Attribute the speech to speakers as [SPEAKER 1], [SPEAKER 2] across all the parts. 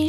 [SPEAKER 1] 迎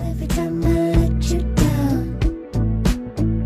[SPEAKER 2] Every time I let you down,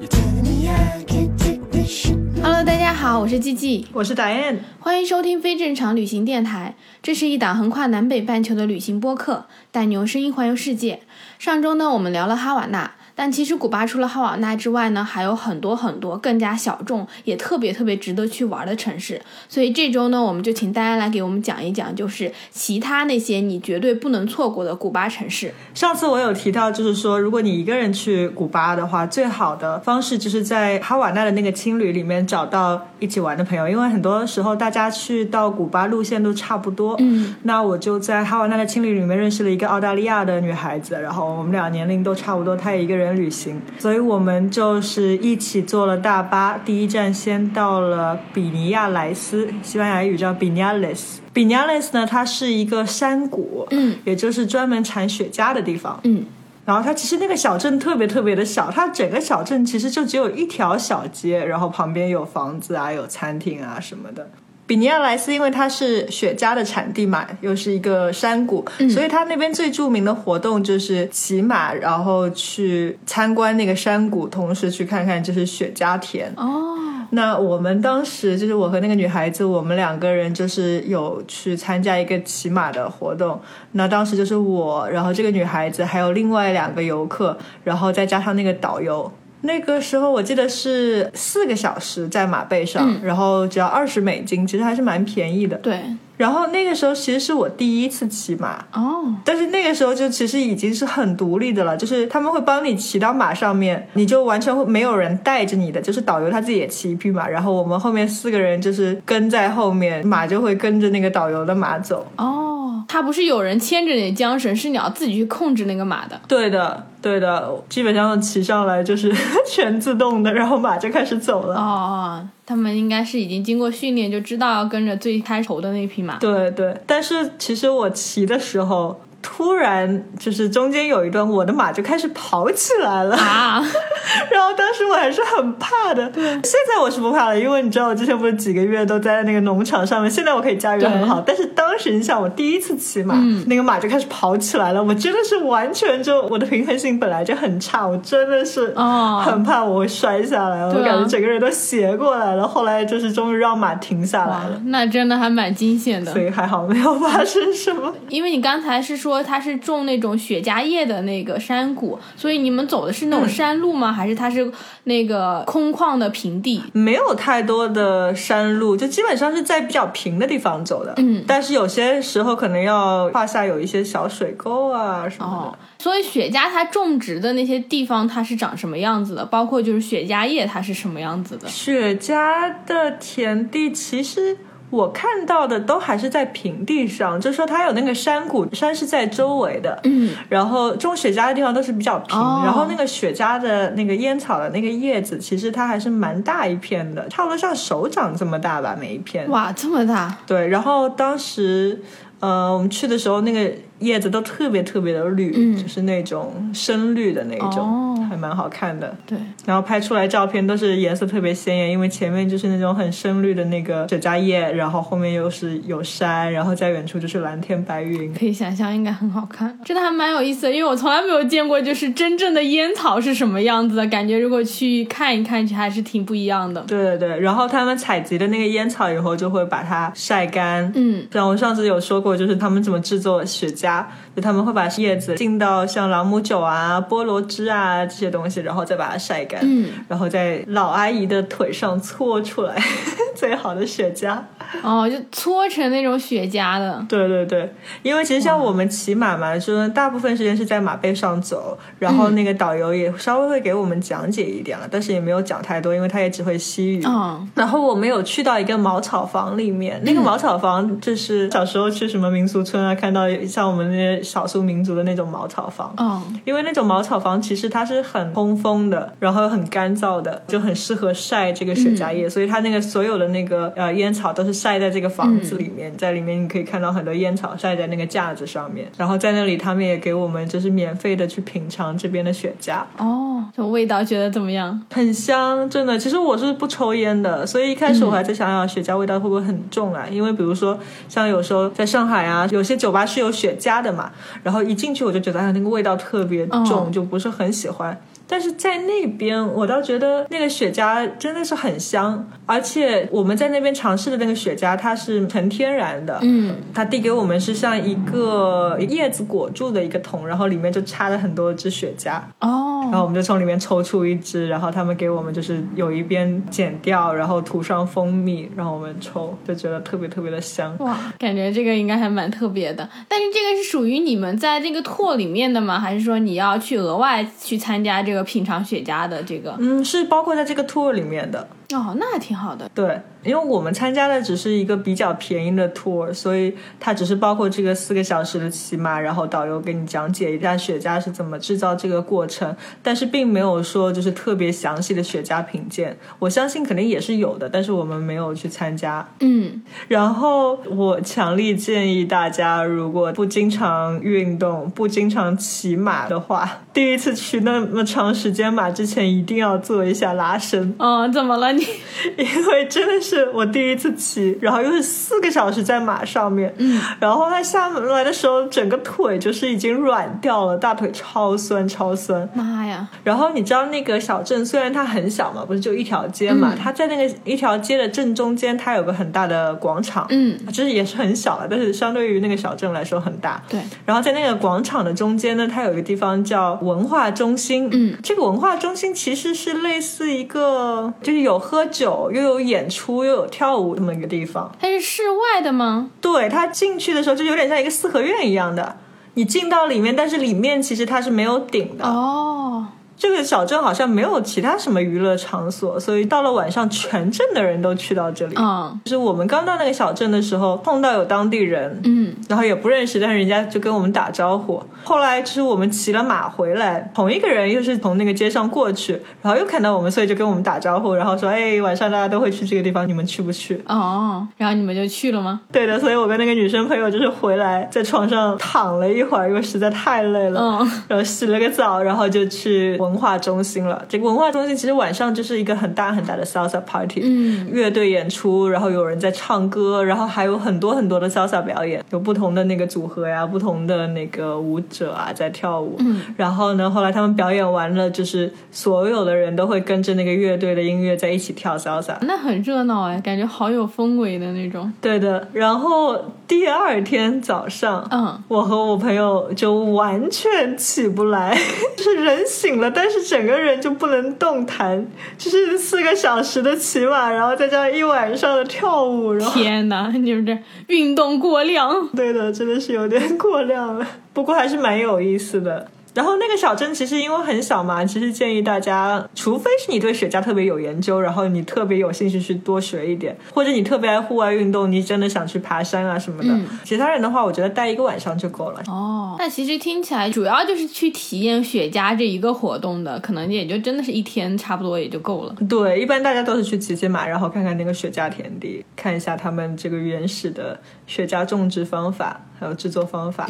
[SPEAKER 2] you're telling me I can't take this shit.
[SPEAKER 1] Hello，大家好，我是季季，
[SPEAKER 3] 我是 Diane，
[SPEAKER 1] 欢迎收听非正常旅行电台。这是一档横跨南北半球的旅行播客，带你用声音环游世界。上周呢，我们聊了哈瓦那，但其实古巴除了哈瓦那之外呢，还有很多很多更加小众，也特别特别值得去玩的城市。所以这周呢，我们就请大家来给我们讲一讲，就是其他那些你绝对不能错过的古巴城市。
[SPEAKER 3] 上次我有提到，就是说，如果你一个人去古巴的话，最好的方式就是在哈瓦那的那个青旅里面找到一起玩的朋友，因为很多时候大家去到古巴路线都差不多。
[SPEAKER 1] 嗯，
[SPEAKER 3] 那我就在哈瓦那的青旅里面认识了一个澳大利亚的女孩子，然后我们俩年龄都差不多，她也一个人旅行，所以我们就是一起坐了大巴，第一站先到了比尼亚莱斯，西班牙语叫比尼亚雷斯。比尼亚雷斯呢，它是一个山谷，
[SPEAKER 1] 嗯，
[SPEAKER 3] 也就是专门产雪茄的地方。
[SPEAKER 1] 嗯，
[SPEAKER 3] 然后它其实那个小镇特别特别的小，它整个小镇其实就只有一条小街，然后旁边有房子啊，有餐厅啊什么的。比尼亚莱斯因为它是雪茄的产地嘛，又是一个山谷，所以它那边最著名的活动就是骑马，然后去参观那个山谷，同时去看看就是雪茄田。
[SPEAKER 1] 哦，
[SPEAKER 3] 那我们当时就是我和那个女孩子，我们两个人就是有去参加一个骑马的活动。那当时就是我，然后这个女孩子，还有另外两个游客，然后再加上那个导游。那个时候我记得是四个小时在马背上，然后只要二十美金，其实还是蛮便宜的。
[SPEAKER 1] 对，
[SPEAKER 3] 然后那个时候其实是我第一次骑马，
[SPEAKER 1] 哦，
[SPEAKER 3] 但是那个时候就其实已经是很独立的了，就是他们会帮你骑到马上面，你就完全会没有人带着你的，就是导游他自己也骑一匹马，然后我们后面四个人就是跟在后面，马就会跟着那个导游的马走。
[SPEAKER 1] 哦，它不是有人牵着你的缰绳，是你要自己去控制那个马的。
[SPEAKER 3] 对的，对的，基本上骑上来就是全自动的，然后马就开始走了。
[SPEAKER 1] 哦，他们应该是已经经过训练，就知道要跟着最开头的那匹马。
[SPEAKER 3] 对对，但是其实我骑的时候，突然就是中间有一段，我的马就开始跑起来了。
[SPEAKER 1] 啊，
[SPEAKER 3] 然后当时我还是很怕的，对。现在我是不怕了，因为你知道我之前不是几个月都在那个农场上面，现在我可以驾驭得很好。但是当时你想，我第一次骑马，
[SPEAKER 1] 嗯
[SPEAKER 3] 那个马就开始跑起来了，我真的是完全就我的平衡性本来就很差，我真的是
[SPEAKER 1] 哦
[SPEAKER 3] 很怕我会摔下来，我
[SPEAKER 1] 对啊
[SPEAKER 3] 感觉整个人都斜过来了。后来就是终于让马停下来
[SPEAKER 1] 哇
[SPEAKER 3] 了，，
[SPEAKER 1] 那真的还蛮惊险
[SPEAKER 3] 所
[SPEAKER 1] 的。
[SPEAKER 3] 以还好没有发生什么。
[SPEAKER 1] 因为你刚才是说它是种那种雪茄叶的那个山谷，所以你们走的是那种山路吗？还是它是那个空旷的平地？
[SPEAKER 3] 没有太多的山路，就基本上是在比较平的地方走的。嗯，但是有些时候可能要跨下有一些小水沟啊什么的。
[SPEAKER 1] 哦，所以雪茄它种植的那些地方，它是长什么样子的？包括就是雪茄叶，它是什么样子的？
[SPEAKER 3] 雪茄的田地其实。我看到的都还是在平地上，就是说它有那个山谷，山是在周围的，
[SPEAKER 1] 嗯，
[SPEAKER 3] 然后种雪茄的地方都是比较平，
[SPEAKER 1] 哦
[SPEAKER 3] 然后那个雪茄的那个烟草的那个叶子，其实它还是蛮大一片的，差不多像手掌这么大吧，每一片。
[SPEAKER 1] 哇，这么大！
[SPEAKER 3] 对，然后当时，呃，我们去的时候，那个叶子都特别特别的绿，
[SPEAKER 1] 嗯
[SPEAKER 3] 就是那种深绿的那一种，
[SPEAKER 1] 哦
[SPEAKER 3] 还蛮好看的。
[SPEAKER 1] 对，
[SPEAKER 3] 然后拍出来照片都是颜色特别鲜艳，因为前面就是那种很深绿的那个雪茄叶，然后后面又是有山，然后在远处就是蓝天白云。
[SPEAKER 1] 可以想象应该很好看，真的还蛮有意思的，因为我从来没有见过就是真正的烟草是什么样子的，感觉如果去看一看，还是挺不一样的。
[SPEAKER 3] 对对对，然后他们采集的那个烟草以后，就会把它晒干。
[SPEAKER 1] 嗯，
[SPEAKER 3] 像啊我上次有说过，就是他们怎么制作雪茄，就他们会把叶子浸到像朗姆酒啊、菠萝汁啊这些东西，然后再把它晒干，
[SPEAKER 1] 嗯，
[SPEAKER 3] 然后在老阿姨的腿上搓出来 最好的雪茄。
[SPEAKER 1] 哦，就搓成那种雪茄的，
[SPEAKER 3] 对对对，因为其实像我们骑马嘛，就是大部分时间是在马背上走，然后那个导游也稍微会给我们讲解一点了，但是也没有讲太多，因为他也只会西语。
[SPEAKER 1] 嗯，
[SPEAKER 3] 然后我们有去到一个茅草房里面，那个茅草房就是小时候去什么民俗村啊，看到像我们那些少数民族的那种茅草房。
[SPEAKER 1] 嗯，
[SPEAKER 3] 因为那种茅草房其实它是很通风的，然后很干燥的，就很适合晒这个雪茄叶，所以它那个所有的那个呃烟草都是晒在这个房子里面，在里面你可以看到很多烟草晒在那个架子上面，然后在那里他们也给我们就是免费的去品尝这边的雪茄，
[SPEAKER 1] 哦，这味道觉得怎么样？
[SPEAKER 3] 很香，真的。其实我是不抽烟的，所以一开始我还在想想雪茄味道会不会很重
[SPEAKER 1] 嗯
[SPEAKER 3] 啊？因为比如说像有时候在上海啊，有些酒吧是有雪茄的嘛，然后一进去我就觉得啊那个味道特别重，
[SPEAKER 1] 哦
[SPEAKER 3] 就不是很喜欢。但是在那边，我倒觉得那个雪茄真的是很香，而且我们在那边尝试的那个雪茄，它是纯天然的，
[SPEAKER 1] 嗯，
[SPEAKER 3] 它递给我们是像一个叶子裹住的一个桶，然后里面就插了很多支雪茄，然
[SPEAKER 1] 哦，
[SPEAKER 3] 后我们就从里面抽出一支，然后他们给我们就是有一边剪掉，然后涂上蜂蜜，让我们抽，就觉得特别特别的香。
[SPEAKER 1] 哇，感觉这个应该还蛮特别的。但是这个是属于你们在这个 tour 里面的吗？还是说你要去额外去参加这个品尝雪茄的这个？
[SPEAKER 3] 嗯，是包括在这个 tour 里面的，
[SPEAKER 1] 哦，那挺好的。
[SPEAKER 3] 对，因为我们参加的只是一个比较便宜的 tour，所以它只是包括这个四个小时的骑马，然后导游给你讲解一下雪茄是怎么制造这个过程，但是并没有说就是特别详细的雪茄品鉴。我相信肯定也是有的，但是我们没有去参加。
[SPEAKER 1] 嗯，
[SPEAKER 3] 然后我强力建议大家，如果不经常运动、不经常骑马的话，第一次去那么长时间马之前，一定要做一下拉伸，
[SPEAKER 1] 哦，怎么了你？
[SPEAKER 3] 因为真的是我第一次骑，然后又是四个小时在马上面，嗯，然后它下来的时候，整个腿就是已经软掉了，大腿超酸超酸。
[SPEAKER 1] 妈呀！
[SPEAKER 3] 然后你知道那个小镇虽然它很小嘛，不是就一条街嘛，
[SPEAKER 1] 嗯
[SPEAKER 3] 它在那个一条街的正中间，它有个很大的广场，
[SPEAKER 1] 嗯，
[SPEAKER 3] 就是也是很小了，但是相对于那个小镇来说很大。
[SPEAKER 1] 对，
[SPEAKER 3] 然后在那个广场的中间呢，它有一个地方叫文化中心。
[SPEAKER 1] 嗯，
[SPEAKER 3] 这个文化中心其实是类似一个，就是有喝酒，又有演出，又有跳舞这么一个地方。
[SPEAKER 1] 它是室外的吗？
[SPEAKER 3] 对，它进去的时候就有点像一个四合院一样的，你进到里面，但是里面其实它是没有顶的。
[SPEAKER 1] 哦，
[SPEAKER 3] 这个小镇好像没有其他什么娱乐场所，所以到了晚上，全镇的人都去到这里。
[SPEAKER 1] 嗯
[SPEAKER 3] 就是我们刚到那个小镇的时候，碰到有当地人，
[SPEAKER 1] 嗯，
[SPEAKER 3] 然后也不认识，但是人家就跟我们打招呼。后来就是我们骑了马回来，同一个人又是从那个街上过去，然后又看到我们，所以就跟我们打招呼，然后说：“哎，晚上大家都会去这个地方，你们去不去
[SPEAKER 1] 哦，然后你们就去了吗？？”
[SPEAKER 3] 对的，所以我跟那个女生朋友就是回来在床上躺了一会儿，因为实在太累了，
[SPEAKER 1] 嗯，
[SPEAKER 3] 然后洗了个澡，然后就去文化中心了。这个文化中心其实晚上就是一个很大很大的 salsa party，
[SPEAKER 1] 嗯
[SPEAKER 3] 乐队演出，然后有人在唱歌，然后还有很多很多的 salsa 表演，有不同的那个组合呀，不同的那个舞者啊在跳舞。
[SPEAKER 1] 嗯，
[SPEAKER 3] 然后呢，后来他们表演完了，就是所有的人都会跟着那个乐队的音乐在一起跳 salsa。
[SPEAKER 1] 那很热闹哎，感觉好有风味的那种。
[SPEAKER 3] 对的，然后第二天早上，
[SPEAKER 1] 嗯，
[SPEAKER 3] 我和我朋友就完全起不来， 就是人醒了，但是整个人就不能动弹，就是四个小时的骑马，然后再加上一晚上的跳舞，然后
[SPEAKER 1] 天哪， 你们这运动过量。
[SPEAKER 3] 对的，真的是有点过量了，不过还是蛮有意思的。然后那个小镇其实因为很小嘛，其实建议大家，除非是你对雪茄特别有研究，然后你特别有兴趣去多学一点，或者你特别爱户外运动，你真的想去爬山啊什么的。其他人的话，我觉得待一个晚上就够了。
[SPEAKER 1] 哦，那其实听起来主要就是去体验雪茄这一个活动的，可能也就真的是一天差不多也就够了。
[SPEAKER 3] 对，一般大家都是去骑骑马，然后看看那个雪茄田地，看一下他们这个原始的雪茄种植方法，还有制作方法。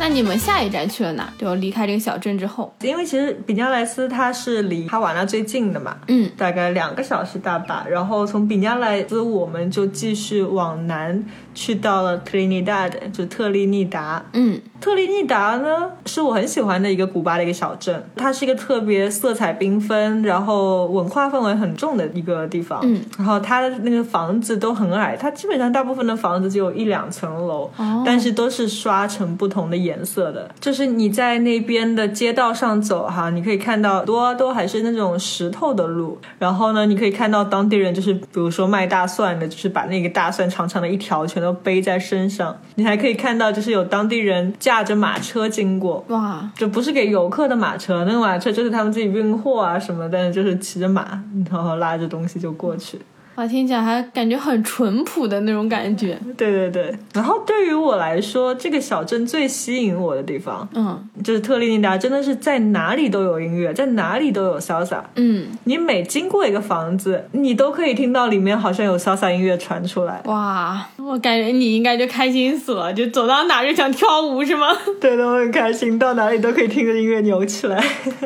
[SPEAKER 1] 那你们下一站去了哪？就离开这个小镇之后。
[SPEAKER 3] 因为其实比尼亚莱斯它是离哈瓦那最近的嘛，
[SPEAKER 1] 嗯，
[SPEAKER 3] 大概两个小时大巴，然后从比尼亚莱斯我们就继续往南去到了 Trinidad，就特立尼达。
[SPEAKER 1] 嗯
[SPEAKER 3] 特立尼达呢，是我很喜欢的一个古巴的一个小镇，它是一个特别色彩缤纷，然后文化氛围很重的一个地方。
[SPEAKER 1] 嗯，
[SPEAKER 3] 然后它的那个房子都很矮，它基本上大部分的房子只有一两层楼，
[SPEAKER 1] 哦
[SPEAKER 3] 但是都是刷成不同的颜色的。就是你在那边的街道上走哈，你可以看到多都还是那种石头的路，然后呢，你可以看到当地人就是比如说卖大蒜的，就是把那个大蒜长长的一条全都背在身上，你还可以看到就是有当地人驾着马车经过。
[SPEAKER 1] 哇，
[SPEAKER 3] 就不是给游客的马车，那个马车就是他们自己运货啊什么的，但是就是骑着马，然后拉着东西就过去。
[SPEAKER 1] 哇，听起来还感觉很淳朴的那种感觉。
[SPEAKER 3] 对对对。然后对于我来说，这个小镇最吸引我的地方
[SPEAKER 1] 嗯
[SPEAKER 3] 就是特立尼达，真的是在哪里都有音乐，在哪里都有潇洒。
[SPEAKER 1] 嗯，
[SPEAKER 3] 你每经过一个房子，你都可以听到里面好像有潇洒音乐传出来。
[SPEAKER 1] 哇，我感觉你应该就开心死了，就走到哪就想跳舞是吗？
[SPEAKER 3] 对的，我很开心，到哪里都可以听着音乐扭起来。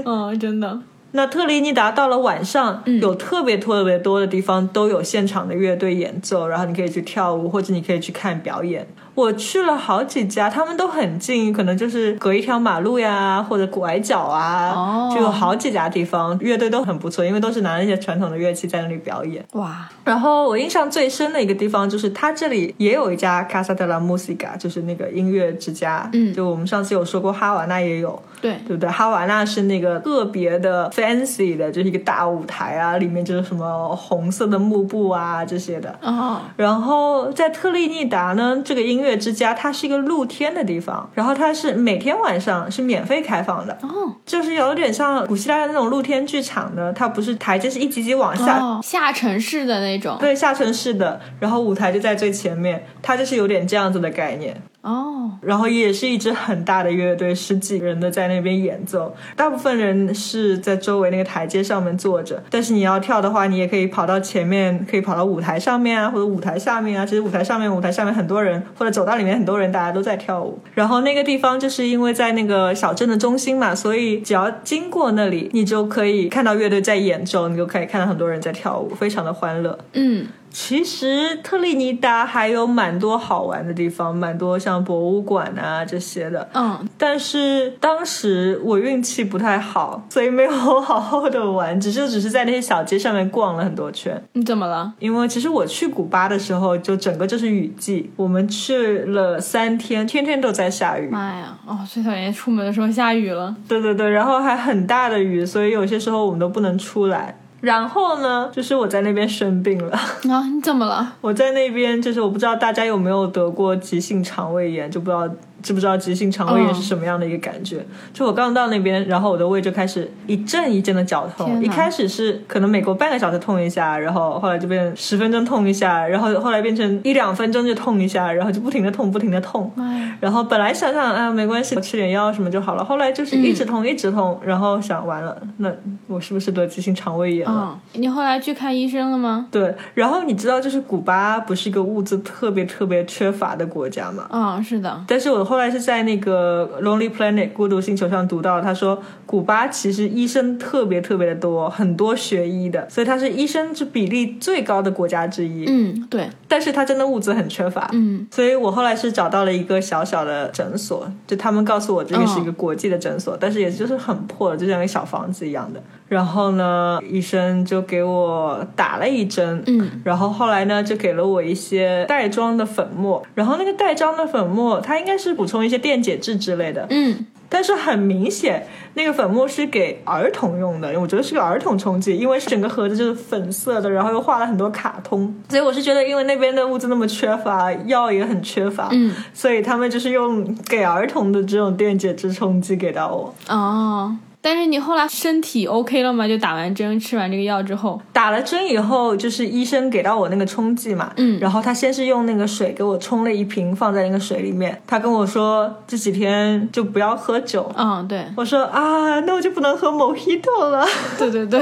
[SPEAKER 1] 嗯，真的。
[SPEAKER 3] 那特立尼达到了晚上，
[SPEAKER 1] 嗯
[SPEAKER 3] 有特别特别多的地方都有现场的乐队演奏，然后你可以去跳舞，或者你可以去看表演。我去了好几家，他们都很近，可能就是隔一条马路呀，或者拐角啊，
[SPEAKER 1] 哦
[SPEAKER 3] 就有好几家地方乐队都很不错，因为都是拿那些传统的乐器在那里表演。
[SPEAKER 1] 哇，
[SPEAKER 3] 然后我印象最深的一个地方就是，它这里也有一家 Casa de la Música，就是那个音乐之家。
[SPEAKER 1] 嗯
[SPEAKER 3] 就我们上次有说过，哈瓦那也有，
[SPEAKER 1] 对，
[SPEAKER 3] 对不对？哈瓦那是那个特别的 fancy 的，就是一个大舞台啊，里面就是什么红色的幕布啊这些的。
[SPEAKER 1] 哦，
[SPEAKER 3] 然后在特立尼达呢，这个音乐之家它是一个露天的地方，然后它是每天晚上是免费开放的，
[SPEAKER 1] 哦，
[SPEAKER 3] 就是有点像古希腊的那种露天剧场呢，它不是台阶是一级级往下
[SPEAKER 1] 哦，下沉式的那种。
[SPEAKER 3] 对，下沉式的，然后舞台就在最前面，它就是有点这样子的概念。
[SPEAKER 1] 哦，
[SPEAKER 3] 然后也是一支很大的乐队，十几人的在那边演奏，大部分人是在周围那个台阶上面坐着，但是你要跳的话，你也可以跑到前面，可以跑到舞台上面啊，或者舞台下面啊。其实舞台上面、舞台下面很多人，或者走道里面很多人，大家都在跳舞。然后那个地方就是因为在那个小镇的中心嘛，所以只要经过那里，你就可以看到乐队在演奏，你就可以看到很多人在跳舞，非常的欢乐。
[SPEAKER 1] 嗯，
[SPEAKER 3] 其实特立尼达还有蛮多好玩的地方，蛮多像博物馆啊这些的。
[SPEAKER 1] 嗯，
[SPEAKER 3] 但是当时我运气不太好，所以没有好好的玩，只是只是在那些小街上面逛了很多圈。
[SPEAKER 1] 你怎么了？
[SPEAKER 3] 因为其实我去古巴的时候，就整个就是雨季，我们去了三天，天天都在下雨。
[SPEAKER 1] 妈呀！哦，最讨厌出门的时候下雨了。
[SPEAKER 3] 对对对，然后还很大的雨，所以有些时候我们都不能出来。然后呢，就是我在那边生病了。
[SPEAKER 1] 啊，你怎么了？
[SPEAKER 3] 我在那边就是我不知道大家有没有得过急性肠胃炎，就不知道知不知道急性肠胃炎
[SPEAKER 1] 嗯
[SPEAKER 3] 是什么样的一个感觉。就我刚到那边，然后我的胃就开始一阵一阵的绞
[SPEAKER 1] 天
[SPEAKER 3] 痛，
[SPEAKER 1] 哪
[SPEAKER 3] 一开始是可能每隔半个小时痛一下，然后后来就变十分钟痛一下，然后后来变成一两分钟就痛一下，然后就不停的痛，不停的痛。
[SPEAKER 1] 妈呀！
[SPEAKER 3] 然后本来想想啊，没关系，吃点药什么就好了。后来就是一直痛，一直痛，然后想完了，那我是不是得急性肠胃炎了？
[SPEAKER 1] 嗯，你后来去看医生了吗？
[SPEAKER 3] 对，然后你知道，就是古巴不是一个物资特别特别缺乏的国家嘛？
[SPEAKER 1] 嗯，是的。
[SPEAKER 3] 但是我后来是在那个《Lonely Planet》孤独星球上读到，他说古巴其实医生特别特别的多，很多学医的，所以它是医生是比例最高的国家之一。
[SPEAKER 1] 嗯，对，
[SPEAKER 3] 但是它真的物资很缺乏，
[SPEAKER 1] 嗯，
[SPEAKER 3] 所以我后来是找到了一个小小的诊所，就他们告诉我这个是一个国际的诊所，但是也就是很破，就像一个小房子一样的。然后呢，医生就给我打了一针，
[SPEAKER 1] 嗯，
[SPEAKER 3] 然后后来呢，就给了我一些袋装的粉末，然后那个袋装的粉末，它应该是补充一些电解质之类的，
[SPEAKER 1] 嗯，
[SPEAKER 3] 但是很明显，那个粉末是给儿童用的，我觉得是个儿童冲剂，因为整个盒子就是粉色的，然后又画了很多卡通，所以我是觉得，因为那边的物资那么缺乏，药也很缺乏，
[SPEAKER 1] 嗯，
[SPEAKER 3] 所以他们就是用给儿童的这种电解质冲剂给到我。
[SPEAKER 1] 哦。但是你后来身体 OK 了吗？就打完针、吃完这个药之后，
[SPEAKER 3] 打了针以后，就是医生给到我那个冲剂嘛，
[SPEAKER 1] 嗯
[SPEAKER 3] 然后他先是用那个水给我冲了一瓶，放在那个水里面，他跟我说这几天就不要喝酒。
[SPEAKER 1] 嗯，对，
[SPEAKER 3] 我说啊，那我就不能喝 Mojito 了。
[SPEAKER 1] 对对对，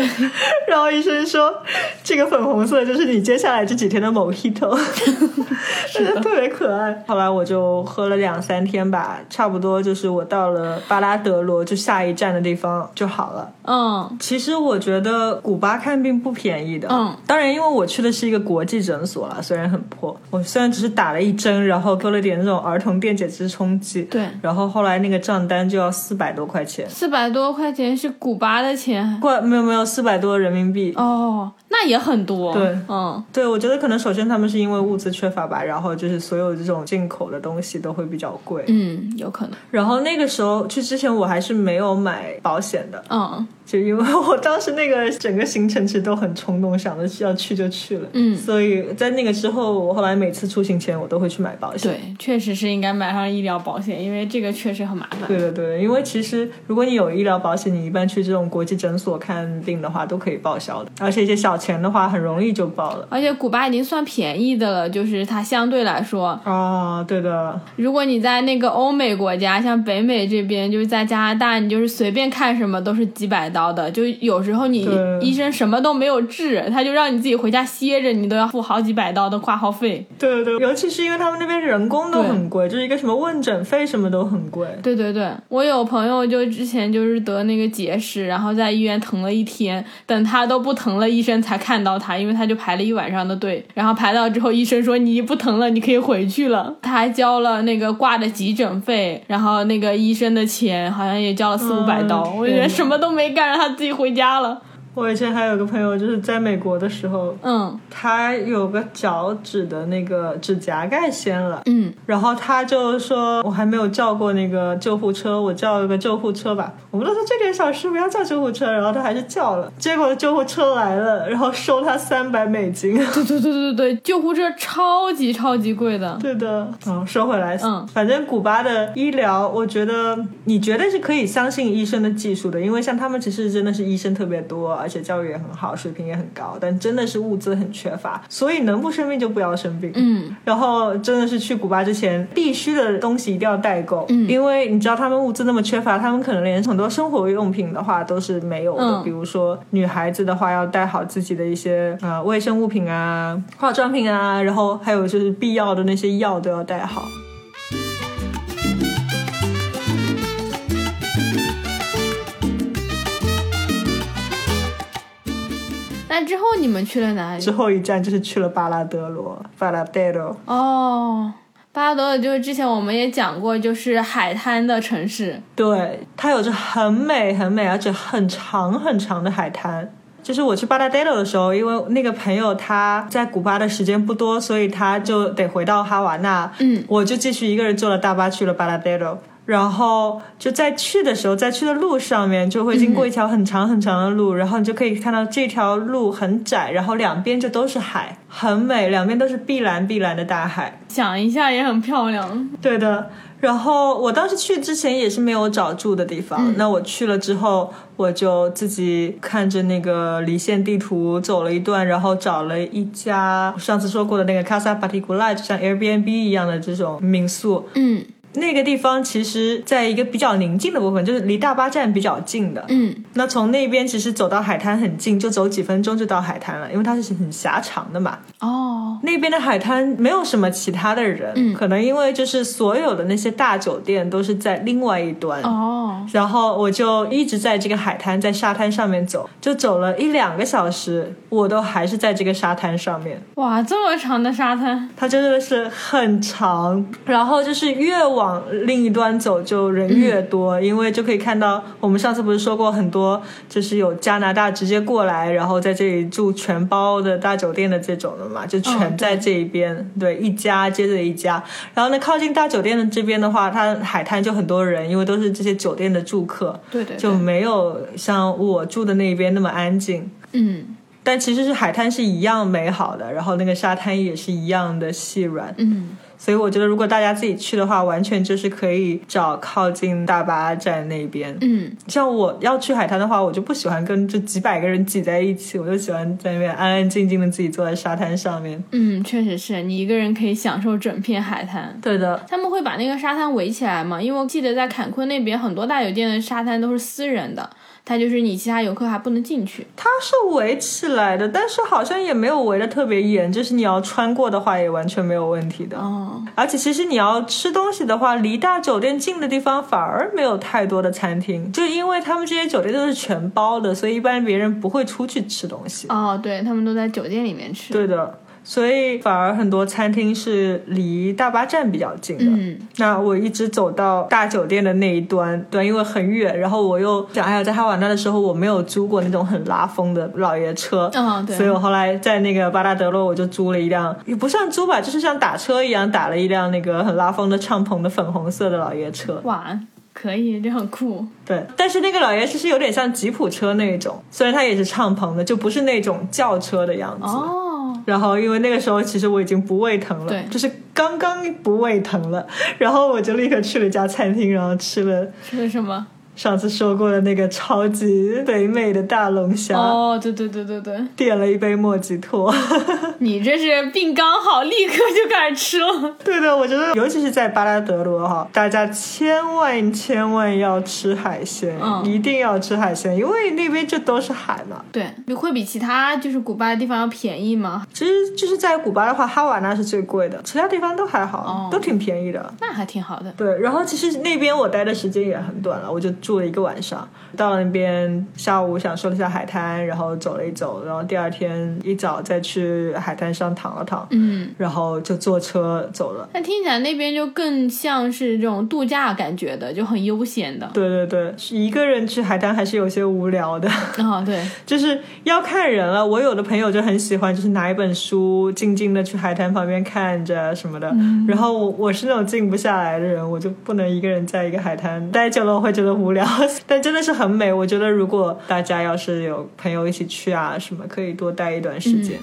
[SPEAKER 3] 然后医生说，这个粉红色就是你接下来这几天 的 Mojito，特别可爱。后来我就喝了两三天吧，差不多就是我到了巴拉德罗，就下一站的地方就好了。
[SPEAKER 1] 嗯，
[SPEAKER 3] 其实我觉得古巴看病不便宜的，
[SPEAKER 1] 嗯，
[SPEAKER 3] 当然，因为我去的是一个国际诊所啦，虽然很破，我虽然只是打了一针，然后给了点那种儿童电解质冲剂，
[SPEAKER 1] 对
[SPEAKER 3] 然后后来那个账单就要四百多块钱，
[SPEAKER 1] 四百多块钱是古巴的钱，
[SPEAKER 3] 过没有没有四百多人民币，
[SPEAKER 1] 哦，那也很多，
[SPEAKER 3] 对
[SPEAKER 1] 嗯，
[SPEAKER 3] 对，我觉得可能首先他们是因为物资缺乏吧，然后就是所有这种进口的东西都会比较贵。
[SPEAKER 1] 嗯，有可能，
[SPEAKER 3] 然后那个时候去之前我还是没有买保险的，
[SPEAKER 1] 嗯，
[SPEAKER 3] 就因为我当时那个整个行程其实都很冲动，想着要去就去了。嗯，所以在那个之后，我后来每次出行前我都会去买保险。
[SPEAKER 1] 对，确实是应该买上医疗保险，因为这个确实很麻烦。
[SPEAKER 3] 对的，对的，因为其实如果你有医疗保险，你一般去这种国际诊所看病的话都可以报销的，而且一些小钱的话很容易就报了。
[SPEAKER 1] 而且古巴已经算便宜的了，就是它相对来说，
[SPEAKER 3] 啊，对的，
[SPEAKER 1] 如果你在那个欧美国家，像北美这边，就是在加拿大，你就是随便看什么都是几百刀的，就有时候你
[SPEAKER 3] 对
[SPEAKER 1] 医生什么都没有治，他就让你自己回家歇着，你都要付好几百刀的挂号费。
[SPEAKER 3] 对对，尤其是因为他们那边人工都
[SPEAKER 1] 对
[SPEAKER 3] 很贵，就是一个什么问诊费什么都很贵。
[SPEAKER 1] 对对对，我有朋友就之前就是得那个结石，然后在医院疼了一天，等他都不疼了，医生才看到他，因为他就排了一晚上的队，然后排到之后，医生说你不疼了，你可以回去了。他还交了那个挂的急诊费，然后那个医生的钱，好像也交了四五百刀，
[SPEAKER 3] 嗯
[SPEAKER 1] 我就觉得什么都没干，让他自己回家了。
[SPEAKER 3] 我以前还有个朋友，就是在美国的时候，
[SPEAKER 1] 嗯
[SPEAKER 3] 他有个脚趾的那个指甲盖掀了，
[SPEAKER 1] 嗯，
[SPEAKER 3] 然后他就说：“我还没有叫过那个救护车，我叫一个救护车吧。”我们都说这点小事不要叫救护车，然后他还是叫了。结果救护车来了，然后收他三百美金。
[SPEAKER 1] 对对对对对，救护车超级超级贵的。
[SPEAKER 3] 对的，嗯，说回来，
[SPEAKER 1] 嗯
[SPEAKER 3] 反正古巴的医疗，我觉得你绝对是可以相信医生的技术的，因为像他们其实真的是医生特别多，而且教育也很好，水平也很高，但真的是物资很缺乏，所以能不生病就不要生病。
[SPEAKER 1] 嗯，
[SPEAKER 3] 然后真的是去古巴之前，必须的东西一定要代购，因为你知道他们物资那么缺乏，他们可能连很多生活用品的话都是没有的，
[SPEAKER 1] 嗯
[SPEAKER 3] 比如说女孩子的话要带好自己的一些呃卫生物品啊、化妆品啊，然后还有就是必要的那些药都要带好。
[SPEAKER 1] 那之后你们去了哪里
[SPEAKER 3] 之？后一站就是去了巴拉德罗，巴拉德罗。
[SPEAKER 1] 哦，巴拉德尔就是之前我们也讲过，就是海滩的城市。
[SPEAKER 3] 对，它有着很美很美，而且很长很长的海滩。就是我去巴拉德罗的时候，因为那个朋友他在古巴的时间不多，所以他就得回到哈瓦那。
[SPEAKER 1] 嗯，
[SPEAKER 3] 我就继续一个人坐了大巴去了巴拉德罗。然后就在去的时候，在去的路上面就会经过一条很长很长的路，然后你就可以看到这条路很窄，然后两边就都是海，很美，两边都是碧蓝碧蓝的大海。
[SPEAKER 1] 想一下也很漂亮，
[SPEAKER 3] 对的。然后我当时去之前也是没有找住的地方，那我去了之后，我就自己看着那个离线地图走了一段，然后找了一家上次说过的那个 Casa Particular，就像 Airbnb 一样的这种民宿。
[SPEAKER 1] 嗯
[SPEAKER 3] 那个地方其实在一个比较宁静的部分，就是离大巴站比较近的。
[SPEAKER 1] 嗯，
[SPEAKER 3] 那从那边其实走到海滩很近，就走几分钟就到海滩了，因为它是很狭长的嘛。
[SPEAKER 1] 哦，
[SPEAKER 3] 那边的海滩没有什么其他的人，可能因为就是所有的那些大酒店都是在另外一端。
[SPEAKER 1] 哦，
[SPEAKER 3] 然后我就一直在这个海滩，在沙滩上面走，就走了一两个小时，我都还是在这个沙滩上面。
[SPEAKER 1] 哇，这么长的沙滩，
[SPEAKER 3] 它真的是很长，然后就是越往另一端走就人越多，因为就可以看到我们上次不是说过很多，就是有加拿大直接过来，然后在这里住全包的大酒店的这种的嘛，就全在这一边，对，一家接着一家。然后呢，靠近大酒店的这边的话，它海滩就很多人，因为都是这些酒店的住客，
[SPEAKER 1] 对对
[SPEAKER 3] 就
[SPEAKER 1] 对，
[SPEAKER 3] 没有像我住的那边那么安静。
[SPEAKER 1] 嗯
[SPEAKER 3] 但其实是海滩是一样美好的，然后那个沙滩也是一样的细软，
[SPEAKER 1] 嗯，
[SPEAKER 3] 所以我觉得如果大家自己去的话，完全就是可以找靠近大巴站那边。
[SPEAKER 1] 嗯，
[SPEAKER 3] 像我要去海滩的话，我就不喜欢跟这几百个人挤在一起，我就喜欢在那边安安静静的自己坐在沙滩上面。
[SPEAKER 1] 嗯，确实是你一个人可以享受整片海滩。
[SPEAKER 3] 对的，
[SPEAKER 1] 他们会把那个沙滩围起来嘛？因为我记得在坎昆那边很多大酒店的沙滩都是私人的，它就是你其他游客还不能进去。
[SPEAKER 3] 它是围起来的，但是好像也没有围的特别严，就是你要穿过的话也完全没有问题的。
[SPEAKER 1] 哦，
[SPEAKER 3] 而且其实你要吃东西的话，离大酒店近的地方反而没有太多的餐厅，就因为他们这些酒店都是全包的，所以一般别人不会出去吃东西。
[SPEAKER 1] 哦，对，他们都在酒店里面吃。
[SPEAKER 3] 对的，所以反而很多餐厅是离大巴站比较近的。
[SPEAKER 1] 嗯
[SPEAKER 3] 那我一直走到大酒店的那一端，对，因为很远，然后我又想，哎呀，在哈瓦那的时候我没有租过那种很拉风的老爷车，
[SPEAKER 1] 嗯对
[SPEAKER 3] 所以我后来在那个巴拉德罗我就租了一辆，也不算租吧，就是像打车一样打了一辆那个很拉风的敞篷的粉红色的老爷车，
[SPEAKER 1] 哇，可以，这很酷。
[SPEAKER 3] 对，但是那个老爷车是有点像吉普车那种，虽然它也是敞篷的，就不是那种轿车的样子。
[SPEAKER 1] 哦，
[SPEAKER 3] 然后因为那个时候其实我已经不胃疼了
[SPEAKER 1] 对，
[SPEAKER 3] 就是刚刚不胃疼了，然后我就立刻去了一家餐厅，然后吃了
[SPEAKER 1] 吃的什么？
[SPEAKER 3] 上次说过的那个超级北美的大龙虾，
[SPEAKER 1] 哦，对对对对对，
[SPEAKER 3] 点了一杯莫吉托。
[SPEAKER 1] 你这是病刚好，立刻就开始吃了。
[SPEAKER 3] 对的，我觉得尤其是在巴拉德罗哈，大家千万千万要吃海鲜，
[SPEAKER 1] 嗯
[SPEAKER 3] 一定要吃海鲜，因为那边就都是海嘛。
[SPEAKER 1] 对，你会比其他就是古巴的地方要便宜吗？
[SPEAKER 3] 其实就是在古巴的话，哈瓦那是最贵的，其他地方都还好，
[SPEAKER 1] 哦
[SPEAKER 3] 都挺便宜的。
[SPEAKER 1] 那还挺好的。
[SPEAKER 3] 对，然后其实那边我待的时间也很短了，我就住了一个晚上。到了那边下午享受了一下海滩，然后走了一走，然后第二天一早再去海滩上躺了躺，
[SPEAKER 1] 嗯，
[SPEAKER 3] 然后就坐车走了。
[SPEAKER 1] 那听起来那边就更像是这种度假感觉的，就很悠闲的。
[SPEAKER 3] 对对对，一个人去海滩还是有些无聊的，
[SPEAKER 1] 啊、对，
[SPEAKER 3] 就是要看人了。我有的朋友就很喜欢，就是拿一本书静静的去海滩旁边看着什么的。然后我我是那种静不下来的人，我就不能一个人在一个海滩待久了，我会觉得无聊。 但真的是很美，我觉得如果大家要是有朋友一起去啊什么，可以多待一段时间。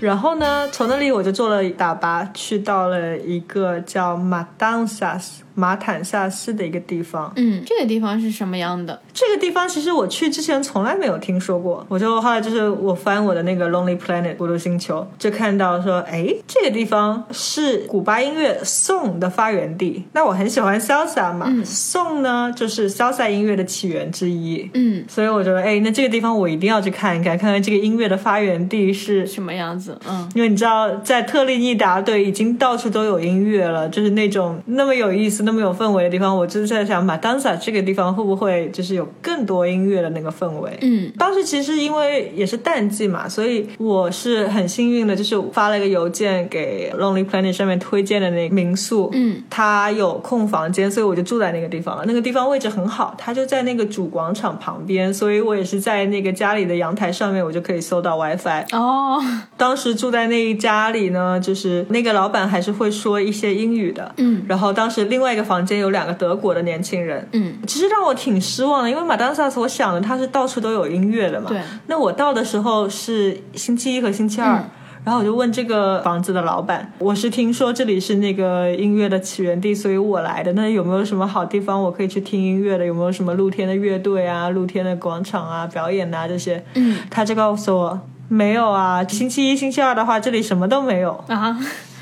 [SPEAKER 3] 然后呢，从那里我就坐了大巴去到了一个叫马当萨斯马坦萨斯的一个地方。
[SPEAKER 1] 嗯，这个地方是什么样的？
[SPEAKER 3] 这个地方其实我去之前从来没有听说过，我就后来就是我翻我的那个 Lonely Planet 孤独星球，就看到说，哎，这个地方是古巴音乐 Song 的发源地。那我很喜欢 Salsa 嘛、s o n g 呢就是 Salsa 音乐的起源之一。
[SPEAKER 1] 嗯，
[SPEAKER 3] 所以我觉得，哎，那这个地方我一定要去看一看，看看这个音乐的发源地是
[SPEAKER 1] 什么样子？嗯，
[SPEAKER 3] 因为你知道，在特立尼达对已经到处都有音乐了，就是那种那么有意思、那么有氛围的地方，我就是在想，马丹萨这个地方会不会就是有更多音乐的那个氛围？
[SPEAKER 1] 嗯，
[SPEAKER 3] 当时其实因为也是淡季嘛，所以我是很幸运的，就是发了一个邮件给 Lonely Planet 上面推荐的那个民宿，
[SPEAKER 1] 嗯，
[SPEAKER 3] 它有空房间，所以我就住在那个地方了。那个地方位置很好，它就在那个主广场旁边，所以我也是在那个家里的阳台上面，我就可以搜到 WiFi。
[SPEAKER 1] 哦，
[SPEAKER 3] 当时住在那一家里呢，就是那个老板还是会说一些英语的，
[SPEAKER 1] 嗯
[SPEAKER 3] 然后当时另外一个房间有两个德国的年轻人，
[SPEAKER 1] 嗯，
[SPEAKER 3] 其实让我挺失望的，因为马丹萨斯，我想的他是到处都有音乐的嘛，
[SPEAKER 1] 对，
[SPEAKER 3] 那我到的时候是星期一和星期二。
[SPEAKER 1] 嗯
[SPEAKER 3] 然后我就问这个房子的老板，我是听说这里是那个音乐的起源地，所以我来的。那有没有什么好地方我可以去听音乐的？有没有什么露天的乐队啊、露天的广场啊、表演啊这些？
[SPEAKER 1] 嗯，
[SPEAKER 3] 他就告诉我没有啊，星期一、星期二的话，这里什么都没有。
[SPEAKER 1] 啊，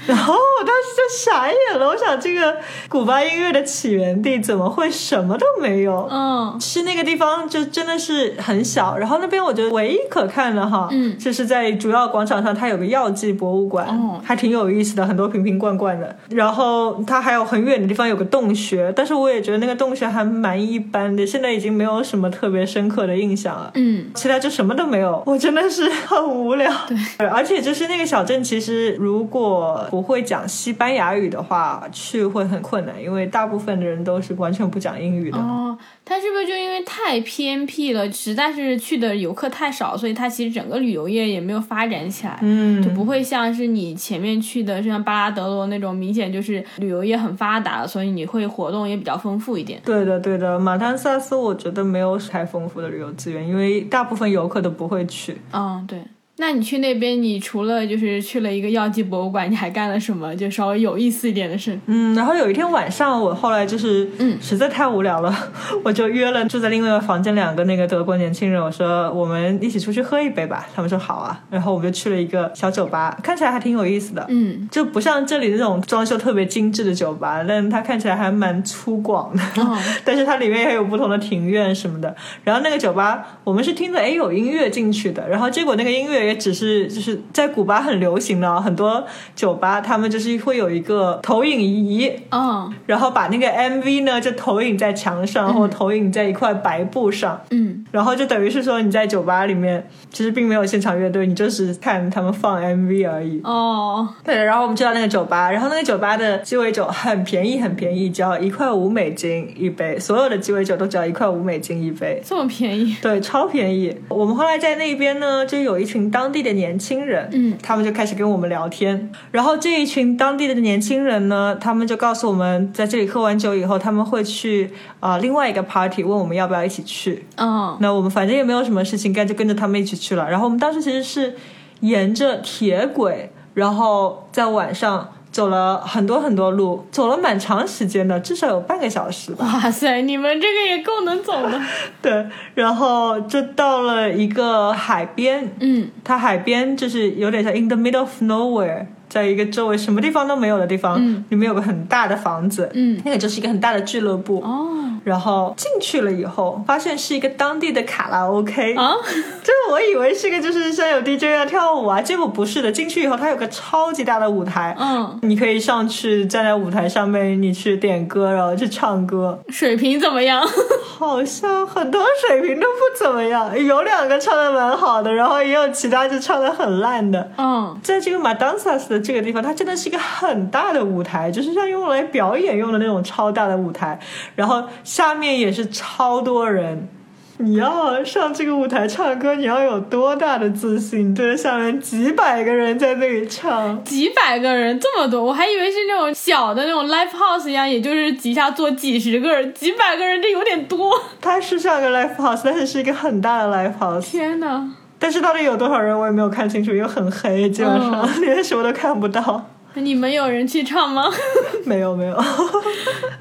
[SPEAKER 3] 然后我当时就傻眼了，我想这个古巴音乐的起源地怎么会什么都没有？
[SPEAKER 1] 嗯，
[SPEAKER 3] 是那个地方就真的是很小，然后那边我觉得唯一可看的哈，
[SPEAKER 1] 嗯
[SPEAKER 3] 就是在主要广场上，它有个药剂博物馆，
[SPEAKER 1] 哦
[SPEAKER 3] 还挺有意思的，很多瓶瓶罐罐的。然后它还有很远的地方有个洞穴，但是我也觉得那个洞穴还蛮一般的，现在已经没有什么特别深刻的印象了。
[SPEAKER 1] 嗯，
[SPEAKER 3] 其他就什么都没有，我真的是很无聊。对，而且就是那个小镇，其实如果不会讲西班牙语的话，去会很困难，因为大部分的人都是完全不讲英语的。
[SPEAKER 1] 哦，它是不是就因为太偏僻了，实在是去的游客太少，所以它其实整个旅游业也没有发展起来，
[SPEAKER 3] 嗯，
[SPEAKER 1] 就不会像是你前面去的像巴拉德罗那种，明显就是旅游业很发达，所以你会活动也比较丰富一点。
[SPEAKER 3] 对的，对的，马丹萨斯我觉得没有太丰富的旅游资源，因为大部分游客都不会去。
[SPEAKER 1] 嗯，对。那你去那边，你除了就是去了一个药剂博物馆，你还干了什么？就稍微有意思一点的事。
[SPEAKER 3] 嗯，然后有一天晚上，我后来就是，
[SPEAKER 1] 嗯
[SPEAKER 3] 实在太无聊了， 我就约了住在另外一个房间两个那个德国年轻人，我说我们一起出去喝一杯吧，他们说好啊，然后我们就去了一个小酒吧，看起来还挺有意思的，
[SPEAKER 1] 嗯，
[SPEAKER 3] 就不像这里那种装修特别精致的酒吧，但它看起来还蛮粗犷的。
[SPEAKER 1] 哦，
[SPEAKER 3] 但是它里面也有不同的庭院什么的。然后那个酒吧，我们是听着哎有音乐进去的，然后结果那个音乐也只是就是在古巴很流行的啊，很多酒吧他们就是会有一个投影仪。
[SPEAKER 1] 哦，
[SPEAKER 3] 然后把那个 MV 呢，就投影在墙上，或投影在一块白布上。
[SPEAKER 1] 嗯，
[SPEAKER 3] 然后就等于是说你在酒吧里面其实并没有现场乐队，你就是看他们放 MV 而已。
[SPEAKER 1] 哦，
[SPEAKER 3] 对，然后我们就到那个酒吧，然后那个酒吧的鸡尾酒很便宜，很便宜，只要一块五美金一杯，所有的鸡尾酒都只要一块五美金一杯。
[SPEAKER 1] 这么便宜，
[SPEAKER 3] 对，超便宜。我们后来在那边呢，就有一群当地的年轻人，
[SPEAKER 1] 嗯，
[SPEAKER 3] 他们就开始跟我们聊天。然后这一群当地的年轻人呢，他们就告诉我们，在这里喝完酒以后，他们会去啊、呃另外一个 party，问我们要不要一起去。
[SPEAKER 1] 嗯，
[SPEAKER 3] 那我们反正也没有什么事情干，就跟着他们一起去了。然后我们当时其实是沿着铁轨，然后在晚上走了很多很多路，走了蛮长时间的，至少有半个小时吧。
[SPEAKER 1] 哇塞，你们这个也够能走的，
[SPEAKER 3] 对，然后就到了一个海边，
[SPEAKER 1] 嗯
[SPEAKER 3] 它海边就是有点像 in the middle of nowhere，在一个周围什么地方都没有的地方，
[SPEAKER 1] 嗯
[SPEAKER 3] 里面有个很大的房子，
[SPEAKER 1] 嗯，
[SPEAKER 3] 那个就是一个很大的俱乐部。
[SPEAKER 1] 哦
[SPEAKER 3] 然后进去了以后，发现是一个当地的卡拉 OK，、
[SPEAKER 1] 啊，
[SPEAKER 3] 就是我以为是个就是像有 DJ 啊跳舞啊，结果不是的。进去以后，它有个超级大的舞台，
[SPEAKER 1] 嗯，
[SPEAKER 3] 你可以上去站在舞台上面，你去点歌，然后去唱歌。
[SPEAKER 1] 水平怎么样？
[SPEAKER 3] 好像很多水平都不怎么样，有两个唱的蛮好的，然后也有其他就唱的很烂的。
[SPEAKER 1] 嗯，
[SPEAKER 3] 在这个马当萨斯的这个地方，它真的是一个很大的舞台，就是像用来表演用的那种超大的舞台，然后下面也是超多人。你要上这个舞台唱歌，你要有多大的自信？对着下面几百个人在那里唱，
[SPEAKER 1] 几百个人这么多，我还以为是那种小的那种 live house 一样，也就是几下坐几十个人，几百个人这有点多。
[SPEAKER 3] 它是像个 live house，但是是一个很大的 live house。
[SPEAKER 1] 天呐，
[SPEAKER 3] 但是到底有多少人我也没有看清楚，因为很黑，基本上、连什么都看不到。
[SPEAKER 1] 你们有人去唱吗？
[SPEAKER 3] 没有没有，